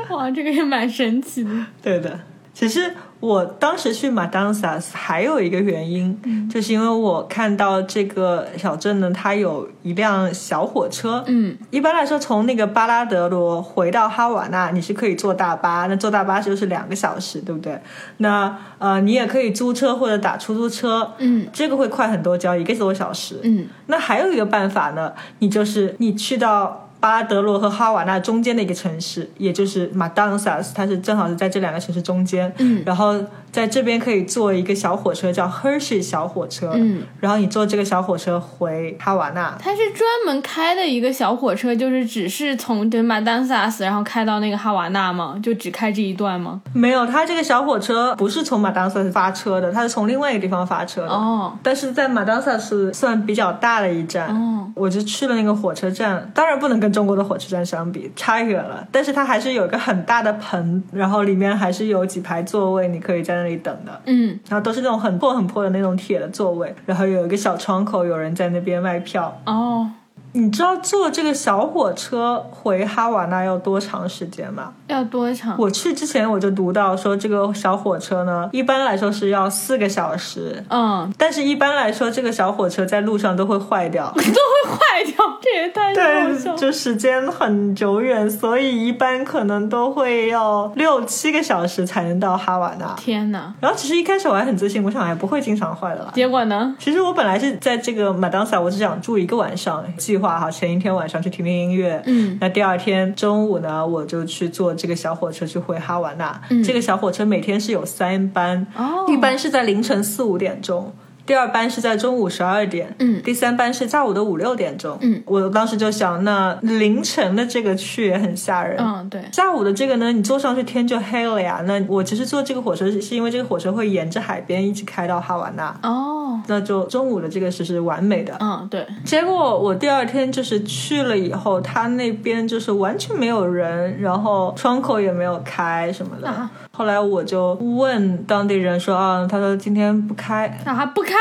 [SPEAKER 1] 哇，这个也蛮神奇的。
[SPEAKER 3] 对的。其实我当时去马当萨斯还有一个原因，
[SPEAKER 1] 嗯
[SPEAKER 3] 就是因为我看到这个小镇呢，它有一辆小火车。
[SPEAKER 1] 嗯，
[SPEAKER 3] 一般来说，从那个巴拉德罗回到哈瓦那，你是可以坐大巴，那坐大巴就是两个小时，对不对？那呃，你也可以租车或者打出租车，
[SPEAKER 1] 嗯，
[SPEAKER 3] 这个会快很多，只要一个多小时。
[SPEAKER 1] 嗯
[SPEAKER 3] 那还有一个办法呢，你就是你去到巴拉德罗和哈瓦那中间的一个城市，也就是马当萨斯，它是正好是在这两个城市中间。
[SPEAKER 1] 嗯
[SPEAKER 3] 然后在这边可以坐一个小火车，叫 Hershey 小火车。
[SPEAKER 1] 嗯，
[SPEAKER 3] 然后你坐这个小火车回哈瓦那。
[SPEAKER 1] 它是专门开的一个小火车，就是只是从对马丹萨斯，然后开到那个哈瓦那吗？就只开这一段吗？
[SPEAKER 3] 没有，它这个小火车不是从马当萨斯发车的，它是从另外一个地方发车的。
[SPEAKER 1] 哦
[SPEAKER 3] 但是在马当萨是算比较大的一站，
[SPEAKER 1] 哦
[SPEAKER 3] 我就去了那个火车站，当然不能跟中国的火车站相比，差远了。但是它还是有一个很大的盆，然后里面还是有几排座位，你可以在那里等的。
[SPEAKER 1] 嗯
[SPEAKER 3] 然后都是那种很破很破的那种铁的座位，然后有一个小窗口，有人在那边卖票。
[SPEAKER 1] 哦，
[SPEAKER 3] 你知道坐这个小火车回哈瓦那要多长时间吗？
[SPEAKER 1] 要多长？
[SPEAKER 3] 我去之前我就读到说，这个小火车呢，一般来说是要四个小时，
[SPEAKER 1] 嗯，
[SPEAKER 3] 但是一般来说，这个小火车在路上都会坏 掉。
[SPEAKER 1] 都会坏掉，这也太搞笑
[SPEAKER 3] 对，
[SPEAKER 1] 了。
[SPEAKER 3] 就时间很久远，所以一般可能都会要六七个小时才能到哈瓦那。
[SPEAKER 1] 天呐，
[SPEAKER 3] 然后其实一开始我还很自信，我想哎不会经常坏的啦。
[SPEAKER 1] 结果呢？
[SPEAKER 3] 其实我本来是在这个马当萨，我只想住一个晚上，计划哈前一天晚上去听听音乐，
[SPEAKER 1] 嗯
[SPEAKER 3] 那第二天中午呢，我就去坐这个小火车去回哈瓦那。
[SPEAKER 1] 嗯
[SPEAKER 3] 这个小火车每天是有三班，
[SPEAKER 1] 哦
[SPEAKER 3] 一班是在凌晨四五点钟。第二班是在中午十二点，
[SPEAKER 1] 嗯
[SPEAKER 3] 第三班是下午的五六点钟，
[SPEAKER 1] 嗯
[SPEAKER 3] 我当时就想，那凌晨的这个去也很吓人，
[SPEAKER 1] 嗯，对，
[SPEAKER 3] 下午的这个呢，你坐上去天就黑了呀。那我其实坐这个火车是是因为这个火车会沿着海边一直开到哈瓦那，
[SPEAKER 1] 哦，
[SPEAKER 3] 那就中午的这个是是完美的。
[SPEAKER 1] 嗯，对，
[SPEAKER 3] 结果我第二天就是去了以后，他那边就是完全没有人，然后窗口也没有开什么的。
[SPEAKER 1] 啊
[SPEAKER 3] 后来我就问当地人说啊，他说今天不开。
[SPEAKER 1] 那还不开，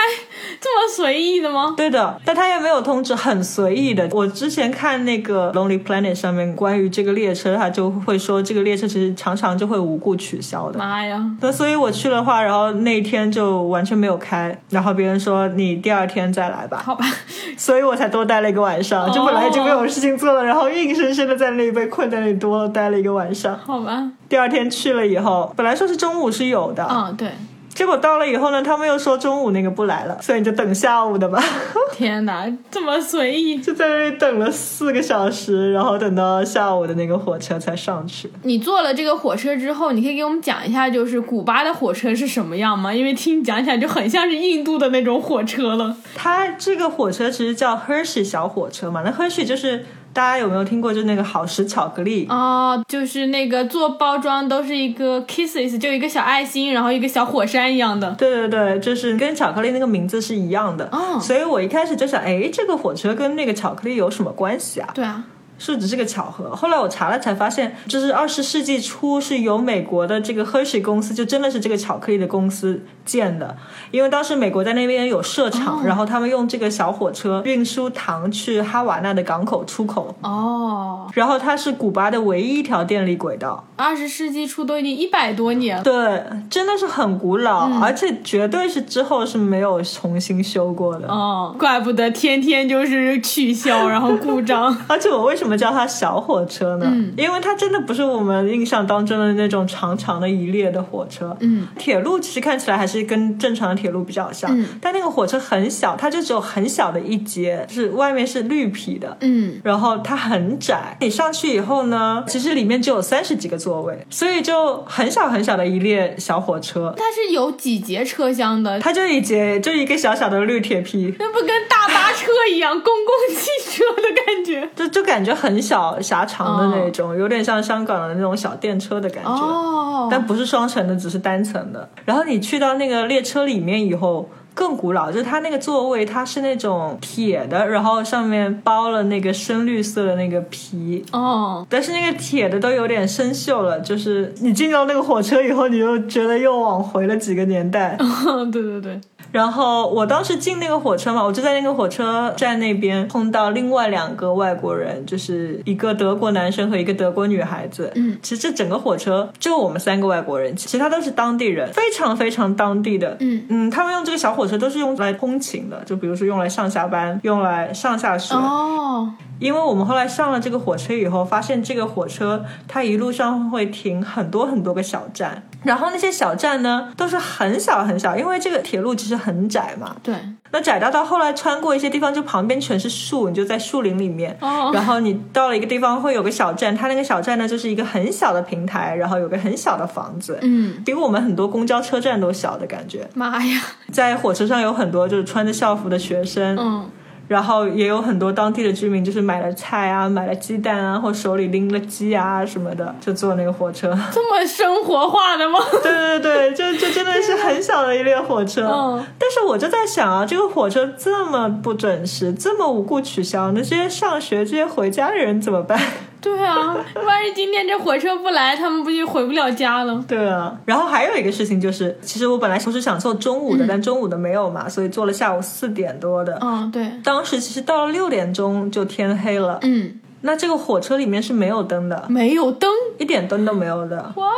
[SPEAKER 1] 这么随意的吗？
[SPEAKER 3] 对的，但他也没有通知，很随意的。我之前看那个《Lonely Planet》上面关于这个列车，他就会说这个列车其实常常就会无故取消的。
[SPEAKER 1] 妈呀，
[SPEAKER 3] 那所以我去的话，然后那天就完全没有开，然后别人说你第二天再来吧，
[SPEAKER 1] 好吧，
[SPEAKER 3] 所以我才多待了一个晚上。就本来已经没有事情做了，然后硬生生的在那里被困在那里多待了一个晚上。
[SPEAKER 1] 好吧，
[SPEAKER 3] 第二天去了以后，本来说是中午是有的，
[SPEAKER 1] 嗯，对，
[SPEAKER 3] 结果到了以后呢，他们又说中午那个不来了，所以你就等下午的吧。
[SPEAKER 1] 天哪，这么随意！
[SPEAKER 3] 就在那里等了四个小时，然后等到下午的那个火车才上去。
[SPEAKER 1] 你坐了这个火车之后，你可以给我们讲一下，就是古巴的火车是什么样吗？因为听你讲起来就很像是印度的那种火车了。
[SPEAKER 3] 它这个火车其实叫 Hershey 小火车嘛，那 Hershey 就是大家有没有听过？就那个好时巧克力。
[SPEAKER 1] 哦，就是那个做包装都是一个 kisses，就一个小爱心，然后一个小火山一样的。
[SPEAKER 3] 对对对，就是跟巧克力那个名字是一样的。
[SPEAKER 1] 哦
[SPEAKER 3] 所以我一开始就想，哎，这个火车跟那个巧克力有什么关系啊？
[SPEAKER 1] 对啊，
[SPEAKER 3] 是不是只是个巧合。后来我查了才发现，就是二十世纪初是由美国的这个 Hershey 公司，就真的是这个巧克力的公司建的。因为当时美国在那边有设厂，然后他们用这个小火车运输糖去哈瓦那的港口出口。
[SPEAKER 1] 哦，
[SPEAKER 3] 然后它是古巴的唯一一条电力轨道，
[SPEAKER 1] 二十世纪初都已经一百多年了。
[SPEAKER 3] 对，真的是很古老，而且绝对是之后是没有重新修过的。
[SPEAKER 1] 哦，怪不得天天就是取消，然后故障。
[SPEAKER 3] 而且我为什么叫它小火车呢？
[SPEAKER 1] 嗯
[SPEAKER 3] 因为它真的不是我们印象当中的那种长长的一列的火车。
[SPEAKER 1] 嗯，
[SPEAKER 3] 铁路其实看起来还是跟正常的铁路比较像，
[SPEAKER 1] 嗯
[SPEAKER 3] 但那个火车很小，它就只有很小的一节，是外面是绿皮的。
[SPEAKER 1] 嗯，
[SPEAKER 3] 然后它很窄，你上去以后呢，其实里面只有三十几个座位，所以就很小很小的一列小火车，
[SPEAKER 1] 它是有几节车厢的，
[SPEAKER 3] 它就一节就一个小小的绿铁皮，
[SPEAKER 1] 那不跟大巴车一样，公共汽车的感觉。
[SPEAKER 3] 就就感觉很小狭长的那种，有点像香港的那种小电车的感觉。
[SPEAKER 1] 哦，
[SPEAKER 3] 但不是双层的，只是单层的。然后你去到那个列车里面以后，更古老，就是它那个座位，它是那种铁的，然后上面包了那个深绿色的那个皮。
[SPEAKER 1] 哦，
[SPEAKER 3] 但是那个铁的都有点生锈了，就是你进到那个火车以后，你就觉得又往回了几个年代。
[SPEAKER 1] 对对对，
[SPEAKER 3] 然后我当时进那个火车嘛，我就在那个火车站那边碰到另外两个外国人，就是一个德国男生和一个德国女孩子。
[SPEAKER 1] 嗯，
[SPEAKER 3] 其实这整个火车就我们三个外国人，其他都是当地人，非常非常当地的。
[SPEAKER 1] 嗯
[SPEAKER 3] 嗯，他们用这个小火车都是用来通勤的，就比如说用来上下班，用来上下学。
[SPEAKER 1] 哦，
[SPEAKER 3] 因为我们后来上了这个火车以后，发现这个火车它一路上会停很多很多个小站，然后那些小站呢都是很小很小，因为这个铁路其实很窄嘛，
[SPEAKER 1] 对，
[SPEAKER 3] 那窄到到后来穿过一些地方，就旁边全是树，你就在树林里面。
[SPEAKER 1] 哦
[SPEAKER 3] 然后你到了一个地方会有个小站，它那个小站呢就是一个很小的平台，然后有个很小的房子，
[SPEAKER 1] 嗯，
[SPEAKER 3] 比我们很多公交车站都小的感觉。
[SPEAKER 1] 妈呀，
[SPEAKER 3] 在火车上有很多就是穿着校服的学生，
[SPEAKER 1] 嗯，
[SPEAKER 3] 然后也有很多当地的居民，就是买了菜啊，买了鸡蛋啊，或手里拎了鸡啊什么的，就坐那个 火车。
[SPEAKER 1] 这么生活化的吗？
[SPEAKER 3] 对对对，就就真的是很小的一列火车。
[SPEAKER 1] 嗯
[SPEAKER 3] 但是我就在想啊，这个火车这么不准时，这么无故取消，那些上学、这些回家的人怎么 办？
[SPEAKER 1] 对啊，万一今天这火车不来，他们不就回不了家了？
[SPEAKER 3] 对啊。然后还有一个事情就是，其实我本来不是想坐中午的，但中午的没有嘛，所以坐了下午四点多的。
[SPEAKER 1] 嗯，对，
[SPEAKER 3] 当时其实到了六点钟就天黑了，
[SPEAKER 1] 嗯，
[SPEAKER 3] 那这个火车里面是没有灯的，
[SPEAKER 1] 没有灯
[SPEAKER 3] 一点灯都没有的。
[SPEAKER 1] ，what？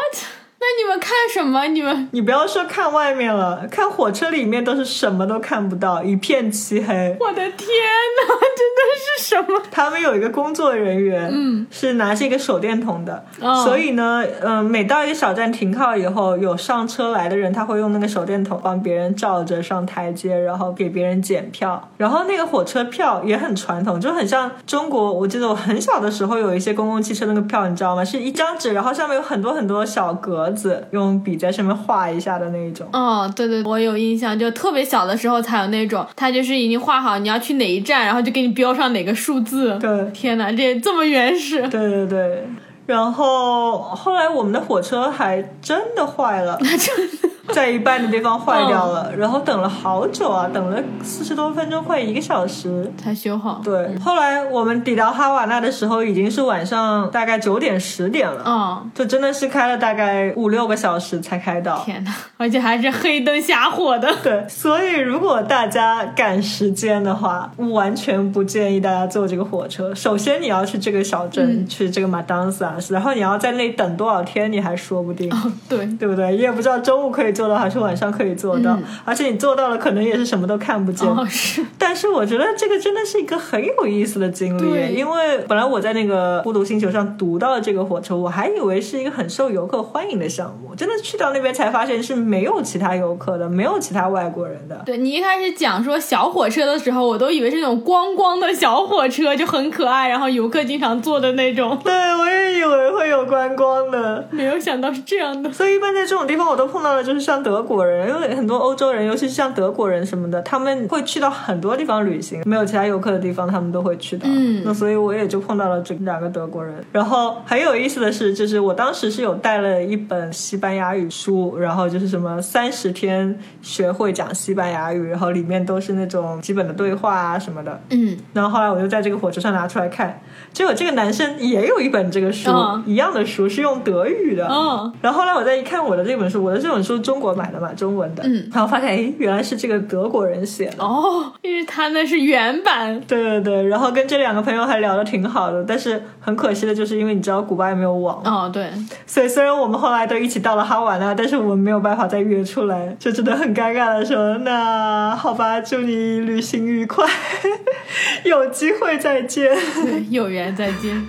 [SPEAKER 1] 那你们看什么？你们
[SPEAKER 3] 你不要说看外面了，看火车里面都是什么都看不到，一片漆黑。
[SPEAKER 1] 我的天哪， 真的是什么？
[SPEAKER 3] 他们有一个工作人员，嗯，是拿着一个手电筒的，
[SPEAKER 1] 哦
[SPEAKER 3] 所以呢，嗯、每到一个小站停靠以后，有上车来的人，他会用那个手电筒帮别人照着上台阶，然后给别人检票。然后那个火车票也很传统，就很像中国。我记得我很小的时候有一些公共汽车那个票，你知道吗？是一张纸，然后上面有很多很多小格子，用笔在上面画一下的那一种。
[SPEAKER 1] 哦，对对，我有印象，就特别小的时候才有那种，他就是已经画好你要去哪一站，然后就给你标上哪个数字。
[SPEAKER 3] 对
[SPEAKER 1] 天哪，这这么原始！
[SPEAKER 3] 对对对。然后后来我们的火车还 真的坏了，在一半的嗯地方坏掉了，然后等了好久啊，等了四十多分钟，快一个小时。
[SPEAKER 1] 才修好。
[SPEAKER 3] 对，后来我们抵达哈瓦那的时候，已经是晚上大概九点十点了，
[SPEAKER 1] 哦，
[SPEAKER 3] 就真的是开了大概五六个小时才开到。
[SPEAKER 1] 天哪，而且还是黑灯瞎火的。
[SPEAKER 3] 对，所以如果大家赶时间的话，完全不建议大家坐这个火车。首先你要去这个小镇，去这个马当斯啊，然后你要在那里等多少天，你还说不定。
[SPEAKER 1] 哦，对，
[SPEAKER 3] 对不对？你也不知道中午可以做到，还是晚上可以做到，而且你做到了，可能也是什么都看不见。
[SPEAKER 1] 哦，是，
[SPEAKER 3] 但是我觉得这个真的是一个很有意思的经
[SPEAKER 1] 对
[SPEAKER 3] 历，因为本来我在那个孤独星球上读到这个火车，我还以为是一个很受游客欢迎的项目，真的去到那边才发现是没有其他游客的，没有其他外国人的。
[SPEAKER 1] 对你一开始讲说小火车的时候，我都以为是那种光光的小火车，就很可爱，然后游客经常坐的那种，
[SPEAKER 3] 对，我也以为会有观光的。
[SPEAKER 1] 没有想到是这样的。
[SPEAKER 3] 所以一般在这种地方，我都碰到了，就是像德国人，因为很多欧洲人，尤其是像德国人什么的，他们会去到很多地方旅行，没有其他游客的地方，他们都会去到。
[SPEAKER 1] 嗯
[SPEAKER 3] 那所以我也就碰到了这两个德国人。然后很有意思的是，就是我当时是有带了一本西班牙语书，然后就是什么三十天学会讲西班牙语，然后里面都是那种基本的对话啊什么的。
[SPEAKER 1] 嗯，
[SPEAKER 3] 然后后来我就在这个火车上拿出来看，结果这个男生也有一本这个书，
[SPEAKER 1] 嗯
[SPEAKER 3] 一样的书是用德语的。
[SPEAKER 1] 哦，
[SPEAKER 3] 然后后来我再一看我的这本书，我的这本书中国买的嘛，中文的，
[SPEAKER 1] 嗯
[SPEAKER 3] 然后发现哎，原来是这个德国人写的。
[SPEAKER 1] 哦，因为他那是原版，
[SPEAKER 3] 对对对，然后跟这两个朋友还聊得挺好的，但是很可惜的就是，因为你知道古巴也没有网，
[SPEAKER 1] 哦，对，
[SPEAKER 3] 所以虽然我们后来都一起到了哈瓦那，但是我们没有办法再约出来，就真的很尴尬的说，那好吧，祝你旅行愉快， 有机会再见。
[SPEAKER 1] 对，有缘再见。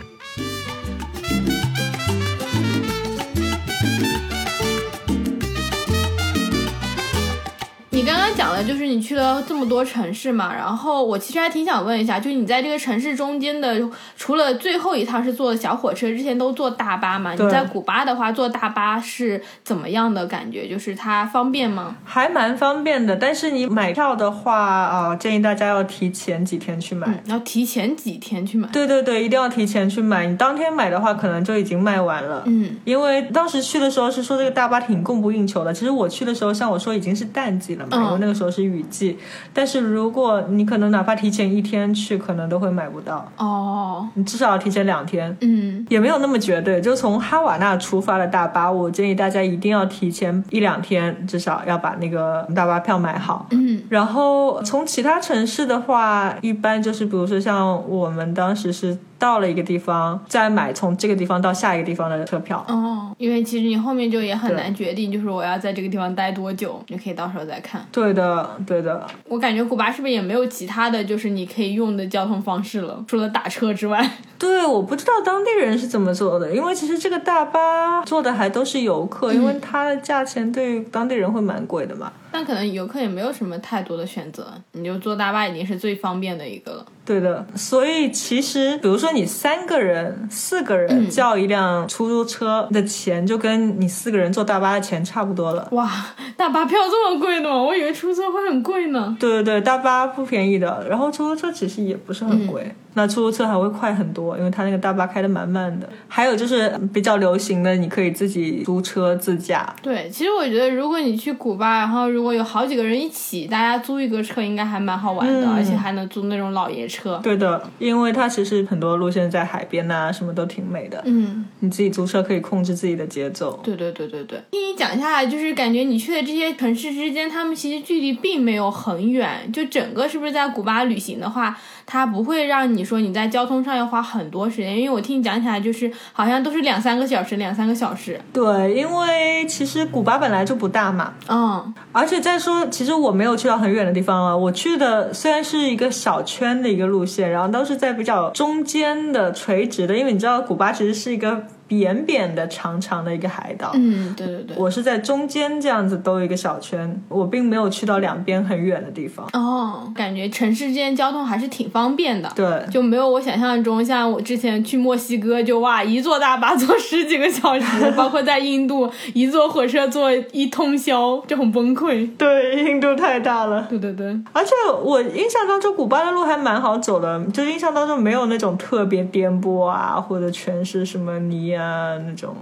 [SPEAKER 1] 你刚刚讲的就是你去了这么多城市嘛，然后我其实还挺想问一下，就是你在这个城市中间的，除了最后一趟是坐小火车，之前都坐大巴嘛？你
[SPEAKER 3] 对
[SPEAKER 1] 在古巴的话，坐大巴是怎么样的感觉？就是它方便吗？
[SPEAKER 3] 还蛮方便的，但是你买票的话啊、建议大家要提前几天去买。
[SPEAKER 1] 嗯，要提前几天去买。
[SPEAKER 3] 对对对，一定要提前去买。你当天买的话，可能就已经卖完了。
[SPEAKER 1] 嗯，
[SPEAKER 3] 因为当时去的时候是说这个大巴挺供不应求的。其实我去的时候，像我说已经是淡季了嘛，
[SPEAKER 1] 嗯
[SPEAKER 3] 因为那个时候是雨季。但是如果你可能哪怕提前一天去，可能都会买不到。
[SPEAKER 1] 哦，
[SPEAKER 3] 你至少要提前两天。
[SPEAKER 1] 嗯，
[SPEAKER 3] 也没有那么绝对，就从哈瓦那出发的大巴，我建议大家一定要提前一两天，至少要把那个大巴票买好。
[SPEAKER 1] 嗯，
[SPEAKER 3] 然后从其他城市的话，一般就是比如说像我们当时是到了一个地方，再买从这个地方到下一个地方的车票。
[SPEAKER 1] 哦，因为其实你后面就也很
[SPEAKER 3] 对
[SPEAKER 1] 难决定，就是我要在这个地方待多久，你可以到时候再看。
[SPEAKER 3] 对的，对的，
[SPEAKER 1] 我感觉古巴是不是也没有其他的就是你可以用的交通方式了，除了打车之外。
[SPEAKER 3] 对，我不知道当地人是怎么做的，因为其实这个大巴坐的还都是游
[SPEAKER 1] 嗯
[SPEAKER 3] 客，因为它的价钱对于当地人会蛮贵的嘛。
[SPEAKER 1] 但可能游客也没有什么太多的选择，你就坐大巴已经是最方便的一个了。
[SPEAKER 3] 对的，所以其实比如说你三个人、四个人叫一辆出租车的钱，就跟你四个人坐大巴的钱差不多了。
[SPEAKER 1] 哇，大巴票这么贵的吗？我以为出租车会很贵呢。
[SPEAKER 3] 对对对，大巴不便宜的，然后出租车其实也不是很贵。那出租车还会快很多，因为它那个大巴开的蛮慢的。还有就是比较流行的，你可以自己租车自驾。
[SPEAKER 1] 对，其实我觉得如果你去古巴，然后如果有好几个人一起，大家租一个车应该还蛮好玩的，
[SPEAKER 3] 嗯
[SPEAKER 1] 而且还能租那种老爷车。
[SPEAKER 3] 对的，因为它其实很多路线在海边呐、什么都挺美的。
[SPEAKER 1] 嗯，
[SPEAKER 3] 你自己租车可以控制自己的节奏。
[SPEAKER 1] 对对对对对，听你讲下来，就是感觉你去的这些城市之间，他们其实距离并没有很远。就整个是不是在古巴旅行的话，它不会让你说你在交通上要花很多时间，因为我听你讲起来，就是好像都是两三个小时，两三个小时。
[SPEAKER 3] 对，因为其实古巴本来就不大嘛，
[SPEAKER 1] 嗯
[SPEAKER 3] 而且再说，其实我没有去到很远的地方啊。我去的虽然是一个小圈的一个路线，然后都是在比较中间的垂直的，因为你知道古巴其实是一个扁扁的、长长的一个海岛。
[SPEAKER 1] 嗯，对对对。
[SPEAKER 3] 我是在中间这样子兜一个小圈，我并没有去到两边很远的地方。
[SPEAKER 1] 哦，感觉城市之间交通还是挺方便的。。
[SPEAKER 3] 对，
[SPEAKER 1] 就没有我想象中，像我之前去墨西哥就哇，一坐大巴 坐十几个小时，包括在印度一坐火车坐一通宵，就很崩溃。
[SPEAKER 3] 对，印度太大了。
[SPEAKER 1] 对对对，
[SPEAKER 3] 而且我印象当中，古巴的路还蛮好走的，就是印象当中没有那种特别颠簸啊，或者全是什么泥啊那种。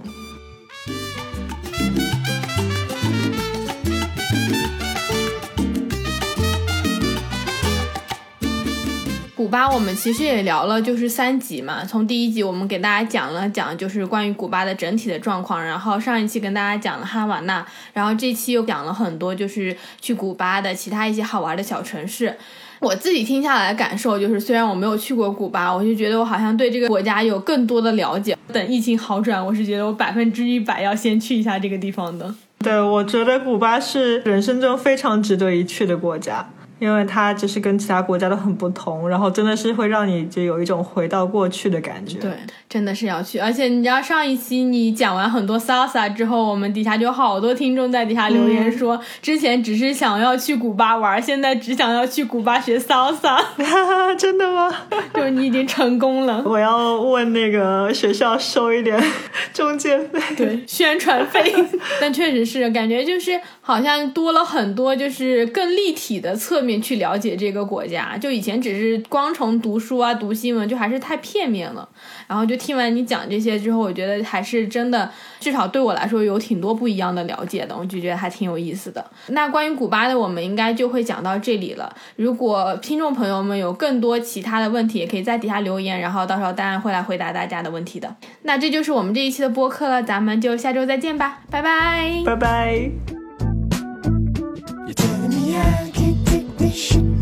[SPEAKER 1] 古巴我们其实也聊了，就是三集嘛。从第一集我们给大家讲了讲，就是关于古巴的整体的状况。然后上一期跟大家讲了哈瓦那，然后这期又讲了很多就是去古巴的其他一些好玩的小城市。我自己听下来的感受就是，虽然我没有去过古巴，我就觉得我好像对这个国家有更多的了解。等疫情好转，我是觉得我百分之一百要先去一下这个地方的。
[SPEAKER 3] 对，我觉得古巴是人生中非常值得一去的国家，因为它就是跟其他国家都很不同，然后真的是会让你就有一种回到过去的感觉。
[SPEAKER 1] 对，真的是要去。而且你知道上一期你讲完很多 salsa 之后，我们底下就好多听众在底下留言说，之前只是想要去古巴玩，现在只想要去古巴学 salsa，
[SPEAKER 3] 对， 真的吗？
[SPEAKER 1] 就是你已经成功 了。
[SPEAKER 3] 我要问那个学校收一点 中介费。
[SPEAKER 1] 对，宣传费。 但确实是感觉就是好像多了很多，就是更立体的侧面去了解这个国家。就以前只是光从读书啊、读新闻，就还是太片面了。然后就听完你讲这些之后，我觉得还是真的，至少对我来说有挺多不一样的了解的，我就觉得还挺有意思的。那关于古巴的，我们应该就会讲到这里了。如果听众朋友们有更多其他的问题，也可以在底下留言，然后到时候当然会来回答大家的问题的。那这就是我们这一期的播客了，咱们就下周再见吧，拜拜。
[SPEAKER 3] 拜拜。
[SPEAKER 2] Tell me I can't take this shit.